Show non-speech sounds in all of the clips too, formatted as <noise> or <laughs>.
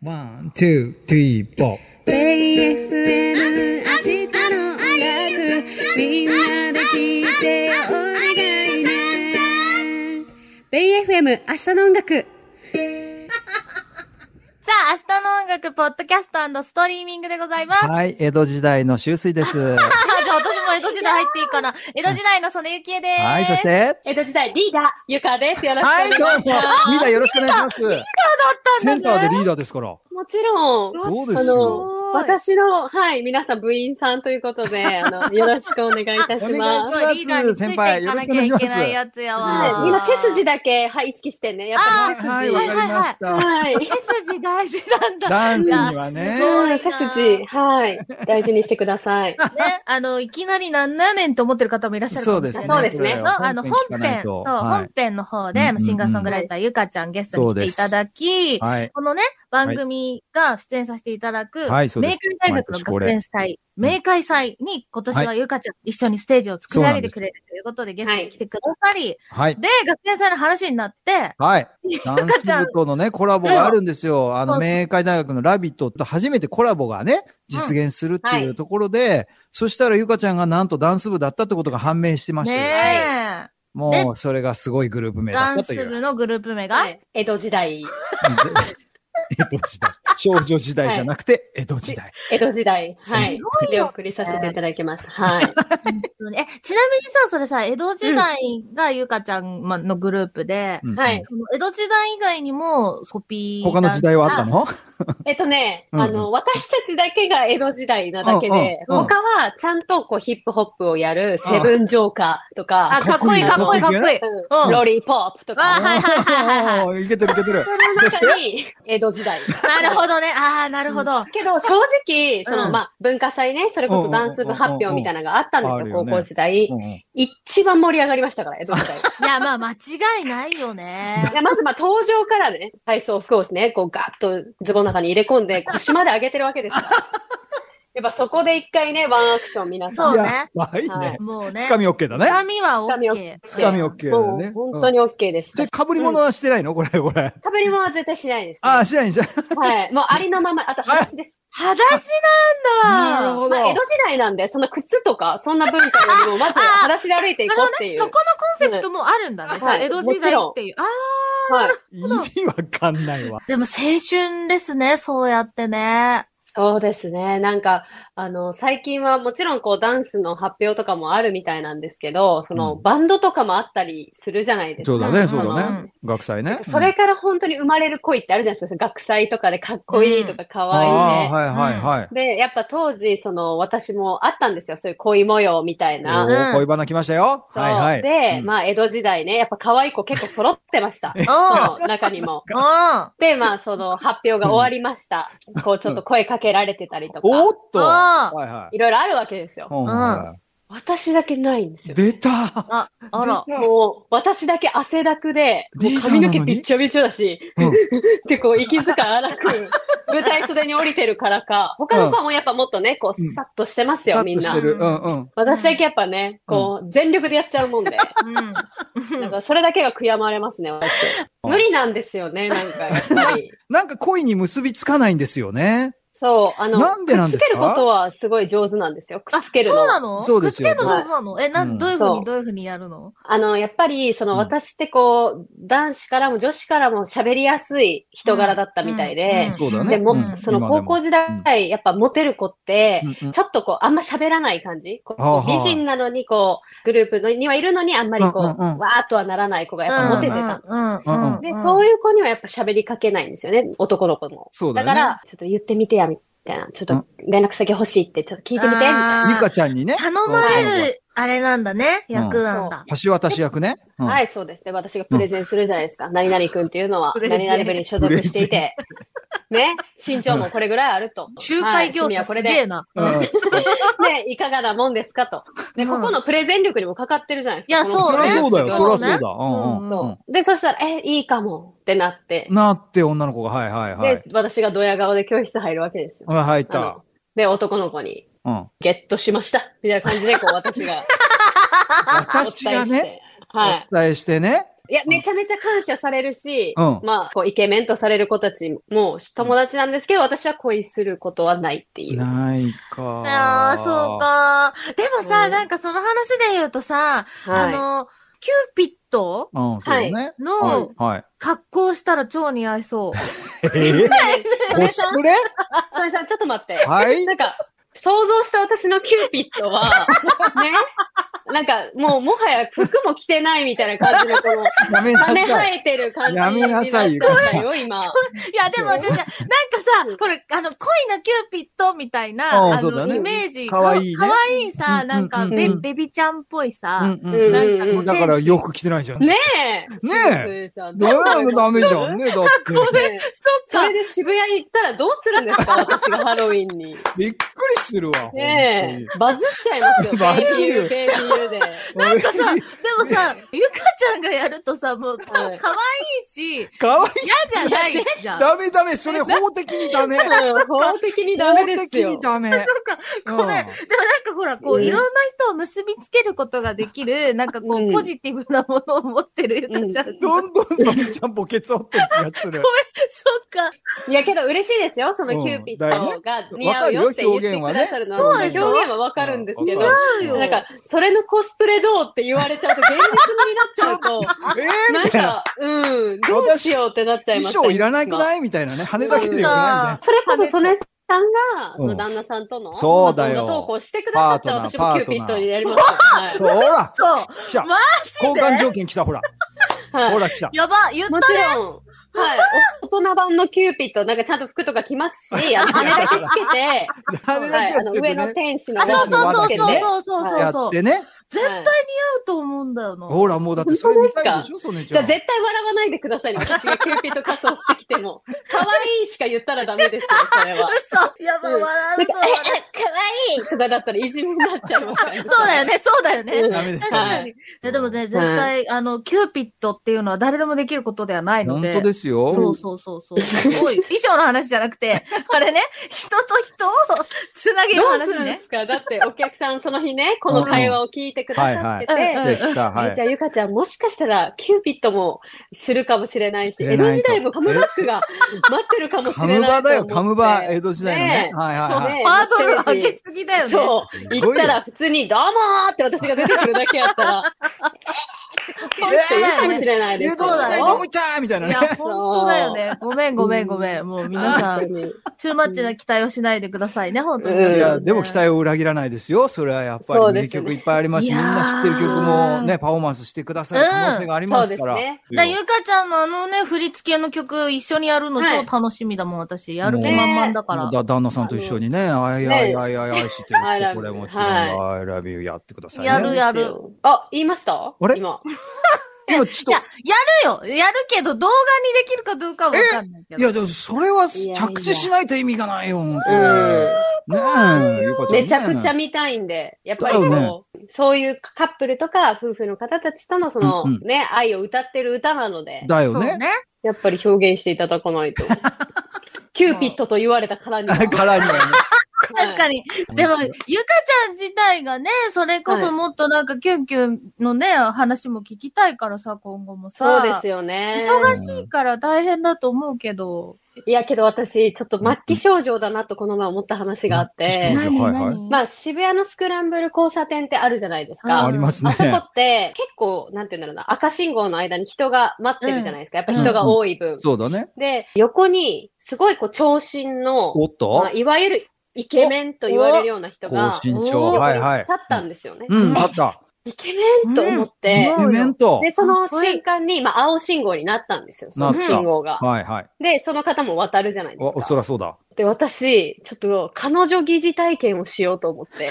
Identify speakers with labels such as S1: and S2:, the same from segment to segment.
S1: ワン、ツー、スリー、フォー。
S2: JFN 明日の音楽みんなで聞いてお願いね BayFM 明日の音楽
S3: さあ、明日の音楽、ポッドキャストストリーミングでございます。
S4: はい、江戸時代の秋水です。は
S3: あじゃあ私も江戸時代入っていいかな。江戸時代の曽根幸恵です。
S4: い、そして、
S5: 江戸時代リーダー、ゆかです。よろしくお願
S4: はいい、
S5: し
S4: ど
S5: ま
S4: う
S5: す。
S4: ぞ。リーダーよろしくお願いします。センターでリーダーですから。
S5: もちろん、
S4: そうです
S5: あ
S4: よ。
S5: の、私の、はい、皆さん部員さんということで、
S4: <laughs>
S5: あの、よろしくお願いいたし
S4: お願
S5: ま
S4: い
S5: す。
S4: し
S3: すごいリーダーについていかなきゃいけないやつや
S4: ま
S5: はい、
S3: わ。
S5: みんな背筋だけ、はい、意識してね。やっぱ
S4: は
S3: あ
S4: い、はい、
S5: り
S3: ー
S4: わ
S5: 背
S4: かり
S5: 筋。
S4: ました。
S5: はい。
S3: 背筋大事なんだ。
S4: ダンスにはね。
S5: はい、背筋、はい、大事にしてく
S4: <laughs>
S5: ださい。
S3: ね、あの、いきなり何何年と思ってる方もいらっしゃるかもしれない。
S5: そうですね
S3: のあの、本編、そう、本編の方で、シンガーソングライターゆかちゃんゲストに来ていただき、
S4: はい。
S3: このね、番組が出演させていただく、
S4: はいそうで
S3: 明
S4: す
S3: 海大学の学園祭、
S4: 毎
S3: 明海祭に今年はゆかちゃん一緒にステージを作り上げてくれるということでゲストに来てくださり、
S4: はい。
S3: で、学園祭の話になって、
S4: はい。
S3: ゆ
S4: ダ
S3: か
S4: ンス
S3: ちゃん
S4: 部、とのね、コラボがあるんですよ。あの、
S3: そう
S4: 明海大学のラビットと初めてコラボがね、実現するっていうところで、そしたらゆかちゃんがなんとダンス部だったってことが判明してまし
S3: ね
S4: て、
S3: え、
S4: もうそれがすごいグループ名だ
S3: ダ
S4: っ
S3: ン
S4: たと
S3: ス
S4: いう。
S3: 部のグループ名
S5: は
S3: が、
S5: い、江戸時代、
S4: <laughs> 江戸時代。少女時代じゃなくて、江戸時代。
S5: 江戸時代、はい
S3: す、
S5: でお送りさせていただきま
S4: <laughs>
S5: す。はい。
S3: うんえ、ちなみにさ、それさ、江戸時代がゆかちゃんまのグループで、
S4: うん
S5: はい
S3: その江戸時代以外にもソピー
S4: 他の時代はあったの
S5: えっとね、
S4: うんうん
S5: あの、私たちだけが江戸時代なだけで、
S4: うんうんうん
S5: 他はちゃんとこうヒップホップをやるセブンジョーカーとか
S3: あ、、かっこいいかっこいいかっこいい。
S5: うん
S3: うん
S5: ロリーポップと
S3: あ
S5: か、
S3: はいはいはいはいはい
S4: い。いけてるいけ
S5: <laughs>
S4: てる。
S5: その中に江戸
S4: <laughs>
S5: 時代。
S3: なるほどね。ああ、なるほど。
S5: けど正直、その、
S3: うん
S5: まあ、文化祭ね、それこ
S4: う
S5: そ
S4: んうんうんう
S5: ダ
S4: ん
S5: ンス部発表みたいなのがあったんですよ、
S4: あるよね
S5: 高校時代、
S4: うんうん
S5: 一番盛り上がりましたから、江戸時代。
S3: いや、まあ、間違いないよね
S5: い。やまずまあ、登場からね、体操服をね、こうガッとズボンの中に入れ込んで、腰まで上げてるわけで
S4: <laughs>
S5: すから。やっぱそこで一回ね、ワンアクション皆さん
S3: そうね
S4: いやはいい
S5: は
S4: ね。
S3: もうね。
S4: つかみ OK だね。
S3: 掴みは
S5: 掴み
S3: OK。
S4: つかみ OK だよね。
S5: もう本当に OK でし
S4: じ
S5: た
S4: ゃ。あ、被り物はしてないのこれ、これ。
S5: 食べるものは絶対しないです、ね。
S4: ああ、しないじゃん。
S5: はい。もうありのまま、あと裸足です。
S3: 裸足
S4: なる
S3: なんだ。
S4: ほど
S5: まあ、。江戸時代なんで、そんな靴とか、そんな文化よりも、まず裸足で歩いてい
S3: な
S5: こ
S3: るほ
S5: うって
S3: どね。
S5: い
S3: そうこ。のコンセプトもあるんだね。じゃあ
S5: はい
S3: 江戸時代っていう。あ
S5: はい。
S4: 意味わかんないわ。
S3: ーでも青春ですね。そうやってね。
S5: そうですね。なんか、あの、最近はもちろんこうダンスの発表とかもあるみたいなんですけど、その、
S4: うん
S5: バンドとかもあったりするじゃないです
S4: そ
S5: か。
S4: うだね、
S3: ん
S4: そう
S5: あ
S4: だ
S5: の
S4: ね。学祭ね。
S5: <laughs> それから本当に生まれる恋ってあるじゃないですか。学祭とかでかっこいいとかか
S4: うん、
S5: わいいね。
S4: ああはいはいはい。
S5: で、やっぱ当時、その、私もあったんですよ。そういう恋模様みたいな。
S4: おー恋バナ来ましたよ。
S5: そう
S4: はいはい。
S5: で、
S4: うん
S5: まあ、江戸時代ね、やっぱ可愛い子結構揃って
S4: <laughs>
S5: ました。
S3: お
S5: <laughs> その中にも。
S3: うん。
S5: で、まあ、その発表が終わりました。こう、ちょっと声かけられてたりと
S4: お
S5: か
S4: ー、っと
S3: うん
S4: はいはい
S5: いろいろあるわけですよ。
S4: うんは
S5: 私だけないんです
S4: い。
S5: よ。
S4: 出た
S3: あ、あら。
S4: 出た
S5: もう、私だけ汗だくで、も
S4: リ
S5: う
S4: ーダー
S5: 髪の毛
S4: なの
S5: び
S4: に
S5: っちゃびちゃだし、
S4: うん
S5: 結構息遣い荒く、舞台袖に降りてるからか、他の子はもうやっぱもっとね、こ
S4: う
S5: う、
S4: ん
S5: さっとしてますよ、みん
S4: カ
S5: な
S4: ットして。るうんうん。
S5: 私だけやっぱね、こう、全力でやっちゃうもんで、
S3: うん。
S5: なんかそれだけが悔やまれますね、私。無理なんですよね、なんか、やっ
S4: <laughs>
S5: ぱり。
S4: なんか恋に結びつかないんですよね。
S5: そう、あの、
S4: なんでなんですか
S5: くっつけることはすごい上手なんですよ。くっつける
S3: そ
S5: の
S3: う。なの
S4: そうですよ
S3: くっつけるのそうなのえ、な、
S4: うんん
S3: どういうふう
S5: そ
S3: に、
S5: う
S3: どういうふうにやるの
S5: あの、やっぱり、その、
S4: うん
S5: 私ってこう、男子からも女子からも喋りやすい人柄だったみたいで、
S4: そうだね
S5: でも、
S3: うん
S5: その高校時代、やっぱモテる子って、
S4: うんうん
S5: ちょっとこう、あんま喋らない感じこう
S4: はあはあ
S5: 美人なのに、こう、グループのにはいるのに、あんまりこう、
S4: うんうんうん
S5: わーっとはならない子がやっぱモテてた。
S3: うんうん。
S5: で、そう
S3: い
S5: いう子にはやっぱ喋りかけないんですよね、男の子も。
S4: そうだ
S5: だ
S4: よ
S5: か
S4: ね。
S5: ら、ちょっと言ってみてや、みたいな。ちょっと連絡先欲しいって、ちょっと聞いてみて、みたいな。
S4: ゆかちゃんにね。
S3: 頼まれる、あれなんだね。
S4: うん
S3: 役なんだ。
S4: 橋渡し役ね。うん
S5: はい、そうです。で、私がプレゼンするじゃないですか。何々くんっていうのは、
S3: プレゼン
S5: 何々部に所属してい
S3: <laughs>
S5: て、ね、身長もこれぐらいあると。
S3: 仲介業
S5: はい趣味
S3: 者
S5: はこ
S3: す
S5: れ
S3: げ
S5: で、
S3: えな。
S4: うん
S5: ね、いかがなもんですかと。で、
S3: うん
S5: ここのプレゼン力にもかかってるじゃないですか。
S3: いや
S5: この
S4: そ
S3: そう
S4: り
S3: ね
S4: ゃそうだよ。そりゃ
S3: う
S4: そ
S3: ね
S4: うだ。うんうん
S5: そうで、そしたら、え、いいかもってなって、
S4: なって女の子が、はいはいはい
S5: で。、私がドヤ顔で教室入るわけですよ。
S4: はい、入っ
S5: あ
S4: た
S5: の。で、男の子に、
S4: うん。
S5: ゲットしましたみたいな感じで、こう、私が、
S4: <laughs> 私がね、
S5: お伝えして。はい。
S4: お伝えしてね。
S5: いや、めちゃめちゃ感謝されるし、
S4: うん
S5: まあ、こう、イケメンとされる子たちも友達なんですけど、私は恋することはないっていう。
S4: ないか。
S3: ああ、そう。か。でも
S5: う
S3: さ、
S5: ん
S3: なんかその話で言うとさ、
S5: はい。
S3: あの、キューピッド
S4: うん、そうだね。
S3: の
S4: はい。
S3: 格好したら超似合
S4: <laughs>
S3: いそう。
S4: えーコスプレ
S5: <laughs> それさん、ちょっと待って。
S4: はい。
S5: なんか、想像した私のキューピッド <laughs> は、ね、なんか、もう、もはや服も着てないみたいな感じの、この、
S4: やめな
S5: 羽
S4: さい。
S5: 生えてる感じに
S4: やめな
S5: なっち
S4: さ
S5: ゃ
S4: いゆかち
S5: う
S4: ゃん
S5: よ、今。
S3: いや、でも、
S4: そう
S3: じゃあじゃあなんかさ、これ、あの、恋のキューピッドみたい
S4: あ
S3: な、
S4: あ
S3: あ
S4: そうだ
S3: の、
S4: ね
S3: イメージ。
S4: かわいいね
S3: かわいいさ、
S4: うん
S3: なんか、
S4: うん
S3: ベ
S5: うん
S3: ベビちゃんっぽいさ。
S4: うん
S5: う
S4: うん
S5: ん
S4: うん
S5: うんうん
S4: だからよく着てないじゃん。
S5: ねえ。
S4: ね
S5: え。ど
S4: ダメだダメじゃんね。だ
S5: <laughs>
S4: って。
S5: それで渋谷行ったらどうするんですか私がハロウィンに。
S4: びっくりするわ。
S5: ねえ。バズっちゃいますよ。
S4: バズる
S5: ベイビー、ベイビーで。
S4: なんかさ、
S3: でもさ、ゆかちゃんがやるとさ、もう、かか
S5: は
S3: わい
S5: い
S3: いし、
S4: かわい
S3: 嫌じゃないじゃん。
S4: い。
S3: なん
S4: ダ
S3: か、
S4: メダメ、それ法的にダメ。
S5: うん法的にダ
S4: 法
S5: メです
S4: 的
S5: よ
S4: に。
S5: <laughs>
S4: ダメ。
S3: <laughs> これ、でもなんかほら、こう、
S5: うん
S3: いろんな人を結びつけることができる、なんかこ
S5: う
S3: う、
S5: ん
S3: ポジティブなものを持ってるゆかちゃん。
S4: どんどんそのちゃんボケツ折ってる気がする。
S3: そっか。
S5: いやけど嬉しいですよ。そのキューピッドが似合うよって言ってくださるのは。
S3: わかるよ表現はね
S5: 表現はわかるんですけど
S4: わか。
S3: るよ
S5: なんか、それのコスプレどうって言われちゃうと現実になっちゃうと。
S4: えー
S5: なん
S4: みたいな。
S5: か、うん、どうしようってなっちゃい
S4: 衣
S5: ました。
S4: 装いらなく
S5: 今
S4: ないみたいなね。羽だけでよくない
S5: それこそ、曽根さんが、
S4: うん
S5: その旦那さんとの、
S4: そうだよ
S5: まあ動画投稿してくださった
S4: パートナー
S5: 私もキューピットにやりました。はい
S4: みたいな。そう、ほら
S3: そう。
S4: 来た
S3: マ
S4: 交換条件来た、ほら。
S5: はい
S4: ほら来た。
S3: やば、言っ
S5: もちろん、はい。お大人版のキューピット、なんかちゃんと服とか着ますし、あの羽だけつけて、
S4: 羽
S5: は
S4: だ
S5: い、
S4: けを
S5: <laughs> あ
S4: つけ
S5: の上
S4: て
S5: の
S4: ね。
S5: 天使の
S3: あ、そうそうそう
S5: 輪っかつけて
S3: そうそうそうそう。
S4: やってね。
S3: 絶
S5: はい
S3: 合うと思うんだよな。
S4: ほら、もうだってそれ見たいでしょ、そねち
S5: じゃ
S4: ゃ
S5: あ
S4: ん。
S5: 絶対笑わないでくだ
S4: <laughs>
S5: さいね。私がキューピット仮装してきても。可愛いしか言ったらダメですよ、
S4: <laughs>
S5: それは。
S3: 嘘やば、
S5: うん
S3: 笑
S5: な
S3: うん
S5: か
S3: ぞ、
S5: え、え、可愛いとかだったらいじめになっちゃいま
S4: <laughs>
S5: すから。
S3: そうだよね、そうだよ
S5: うん
S3: ね。
S4: ダメです
S3: 確
S4: よ。
S3: か
S5: は
S3: に。えでもね、絶対、あの、キューピットっていうのは誰でもできることではないの
S4: 本
S3: で。
S4: 当ですよ。
S3: そうそうそうそう。すごい。衣装の話じゃなく
S5: <laughs>
S3: て、あれね、人と人をつなげる
S5: どうする
S3: 話
S5: んで
S3: ね。
S5: すかだってお客さんその日ね、この会話を聞いてくださってて、
S3: はいはい
S4: で
S5: え
S4: きた、はい。
S5: じゃあゆかちゃんもしかしたらキューピットもするかもしれないし、
S4: しれ
S5: 江
S4: ないと
S5: 戸時代もカムバックが待ってるかもし
S4: カ
S5: れ
S4: ム
S5: <laughs> な
S4: バ
S5: いと
S4: だ
S5: 思っ
S4: よ、
S5: て。
S4: カムバ、江戸時代のね
S5: ね。
S4: はいはい
S3: もう
S4: はい。
S5: ね
S3: ハードル上げすぎだよね。
S5: そう。
S4: す
S5: 行
S4: ごいよ
S5: ったら普通にどうもーって私が出てくるだけやっ
S4: <laughs>
S5: たら、えーってこける人いるかもしれないで
S4: 江戸
S5: す
S4: 時
S5: けど。
S4: 代のもいたーみたいないね。
S3: や、本当だよね。ごめんごめんごめん。もう皆さ
S5: 本
S3: ん、
S5: 当に
S3: トゥーマッチな期待をしないでくださいね、本当に。
S5: うん
S4: いや、でも期待を裏切らないですよ。それはやっ
S5: そ
S4: ぱり
S5: うで
S4: 名
S5: すね
S4: 曲いっぱいありますし、
S3: い
S4: み
S3: や
S4: ん
S3: ー
S4: な知ってる曲もね、パフォーマンスしてくださる可能性がありますから。
S5: うんそうで
S3: だゆかちゃんのあのね、振り付けの曲一緒にやるの
S5: はい
S3: 超楽しみだもん、私。やる
S4: も
S3: 気
S4: う
S3: 満々だから。
S4: もうだ旦那さんと一緒にね、あいあいあいあいあいしてる
S5: I love
S4: これもちろん、
S5: は
S4: I love you やってくださいね。
S3: やるやる。
S5: あ、言いました
S4: あれ
S5: 今。
S4: 今ち
S3: い
S4: ょ
S3: や
S4: っ、
S3: やるよやるけど動画にできるかどうかはわかんないけ
S4: と、い
S3: ど。
S4: や、でもそれはい
S5: やいや
S4: 着地しないと意味がないよ。ね
S5: うん。
S4: え、ゆかちゃんね
S5: めちゃくちゃ見たいんで、やっぱりこう、
S4: だよ
S5: そういうカップルとか夫婦の方たちとのその、
S4: うんうん
S5: ね、愛を歌ってる歌なので、
S4: だ
S3: そ
S4: よ
S3: う
S4: ね。
S3: ね。
S5: やっぱり表現していただかな
S4: <laughs>
S5: いと。キューピッドと言われたからには。
S4: からにはね。
S3: 確か
S5: に。
S3: に。でも、ゆかちゃん自体がね、それこ
S5: は
S3: そ
S5: い
S3: もっとなんかキュンキュンのね、話も聞きたいからさ、今後も
S5: そ
S3: さ。
S5: うですよね。
S3: 忙しいから大変だと思うけど。
S5: いやけど私、ちょっと末期症状だなとこの前思った話があっ
S4: え
S5: て、
S4: 末期症
S3: 何
S4: はいはい
S3: 何
S5: まあ渋谷のスクランブル交差点ってあるじゃないですか。
S4: ありますね
S5: あ。そこって結構、なんて言うんだろうな、赤信号の間に人が待ってるじゃないですか。やっぱ人が多い分。
S4: そうだね。
S5: で、横に、すごいこう、長身の、
S4: おっと
S5: まあ、いわゆるイケメンと言われるような人
S4: 高
S5: が、
S4: 身長。
S3: おー
S4: はいはい
S5: 立。ったんですよね。
S4: うん、あった。
S5: イケメンと思って、
S3: うん
S4: イケメンと。
S5: で、その
S3: かっこいい
S5: 瞬間に、まあ、青信号になったんですよ、そ
S4: な
S5: の
S4: った
S5: 信号が。
S4: はいはい。
S5: で、その方も渡るじゃないです
S4: お、
S5: か。
S4: そらそうだ。
S5: で、私、ちょっと、彼女疑似体験をしようと思って、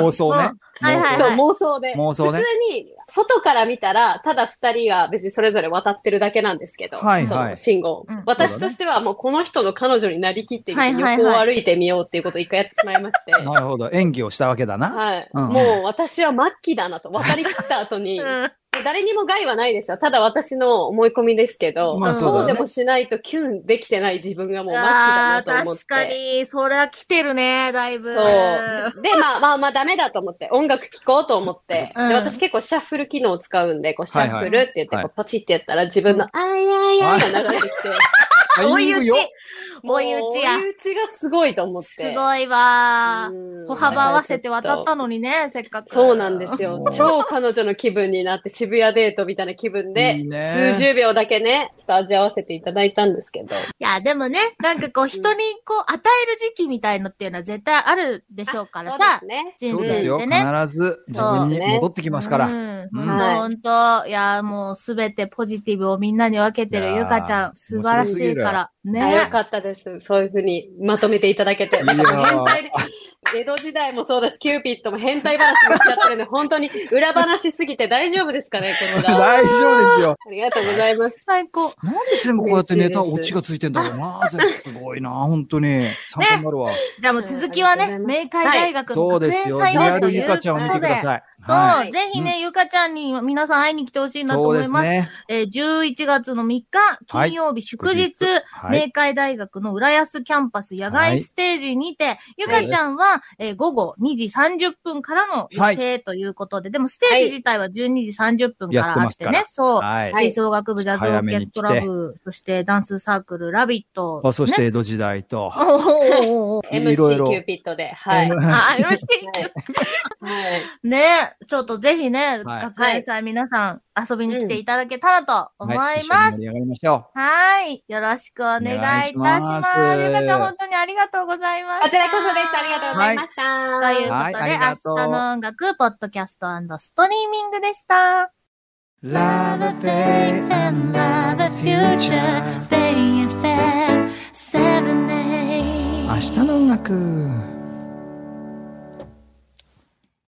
S4: 妄想ね。
S3: うんはいはい
S5: そう、妄想で。
S4: 妄想ね
S5: 普通に、外から見たら、ただ二人が別にそれぞれ渡ってるだけなんですけど、
S4: はいはい
S5: その信号、
S3: うん
S5: 私
S4: そうだね
S5: としてはもうこの人の彼女になりきってみ
S3: は
S5: て、
S3: いはいはい
S5: 横を歩いてみようっていうことを一回やってしまいま
S4: <laughs>
S5: して、
S4: なるほど。演技をしたわけだな。
S5: はい。
S4: うんうん
S5: もう私は末期だなと、渡りきった後に、
S3: うん
S5: で誰にも害はないですよ。ただ私の思い込みですけど、
S4: まあ
S5: そ
S4: そううだ
S5: で
S4: ね
S5: も。しないとキュンできてない自分がもう末期
S3: あ
S5: だ
S3: あ、
S5: なと思っ
S3: 確か
S5: て。
S3: に、それは来てるね、だいぶ。
S5: そう。で、まあまあまあダメだと思って、音楽聴こうと思って、
S3: うん
S5: で、私結構シャッフル機能を使うんで、こうシャッフルって言って、
S4: はいはい
S5: こうポチってやったら自分の、あいあいあいが流れてきて、
S4: あ
S3: 追い打
S4: 言う
S3: ち
S4: よ。
S5: もう
S3: 追い打ちや
S5: 追い打ちがすごいと思って。
S3: すごいわー。
S5: うん
S3: 歩幅合わせて渡ったのにね、せっかく。
S5: そうなんですよ
S4: も。う
S5: 超彼女の気分になって渋谷デートみたいな気分で、
S4: いいね
S5: 数十秒だけね、ちょっと味合わせていただいたんですけど。
S3: いや、でもね、なんかこう、人にこう、与える時期みたいのっていうのは絶対あるでしょうから
S5: そうで
S3: さ
S5: す、ね。
S3: 人
S4: そう
S3: 生
S4: ですよ。
S3: っ
S4: 必
S3: てね。
S4: ず自分に戻ってきますか
S3: う
S4: ら。
S3: ん、
S4: う
S3: ほ
S4: ん
S3: んと
S5: はい
S3: ほんと。いや、もうすべてポジティブをみんなに分けて
S4: い
S3: る
S4: やー
S3: ゆかちゃん、素晴らしいから。
S5: あよ
S3: ね。
S5: かったです。そういうふうにまとめていただけて。
S4: いやー
S5: 変態で江戸時代もそうだし、キューピッドも変態話もしちゃって
S4: <laughs>
S5: るんで、本当に裏話すぎて大丈夫ですかね、こちら。あ
S4: 大丈夫ですよ。
S5: りがとうございます。
S3: 最高。
S4: なんで全部こうやってネタ
S5: 嬉
S4: オ
S5: しいです
S4: チがついてんだろうな。全部すごい
S3: <laughs>
S4: な、本当に。参考になるわ。
S3: じゃあもう続きは
S5: ありが
S3: ね、
S5: とうござ
S3: 明海大学
S4: そ
S3: の
S4: うで
S3: 学
S4: す
S3: 園
S4: よ。
S3: 祭
S4: リ
S3: だ
S4: ア
S3: と
S4: ル
S3: い
S4: ゆ
S3: う
S4: か
S3: こ
S4: ちゃんを
S3: とで
S4: 見てください。
S3: そ、
S4: は
S5: いう
S3: ぜひね、ゆかちゃんに皆さん会いに来てほしい
S4: い
S3: なと
S4: そう
S3: 思
S4: で
S3: い
S4: す
S3: ます。
S4: ね。
S3: えー、11月の3日、
S4: はい
S3: 金曜日祝
S4: 祝
S3: 日、
S4: 日はい。
S3: 明海大学の浦安キャンパス野外ステージにて、ゆかちゃんは、えー午後2時30分からの予定ということで、でもステージ自体は12時30分からあっ
S4: やって
S3: て
S4: ますか
S3: ね、そう。
S4: はい。
S5: はい
S3: 吹奏楽部、ジャズオーケストラ部、そしてダンスサークル、ラビット。
S4: あそし
S3: ね、
S4: て江戸時代と。
S3: おーおーおー
S5: MC
S4: いろいろ
S5: キューピッドで。はい。は
S4: <laughs>
S3: あ、よろしい。
S5: い。
S3: ねちょっとぜひね、
S4: はい
S3: 学園祭皆さん遊びに来ていただけたらと思い
S4: は
S3: ま
S4: 一。緒
S3: す
S4: に盛り上がりましょう。
S3: はい。よろしくお願いいたし
S4: お願
S3: ます。
S4: いします
S3: ゆかちゃん、本当にありがとうございました。
S5: こちらこそです。ありがとうございました。
S3: ということ
S4: はいあり
S3: で、
S4: がと
S3: 明
S4: う
S3: 日の音楽、ポッドキャストストリーミングでした。
S4: Love a day and love a future. 明日の音楽。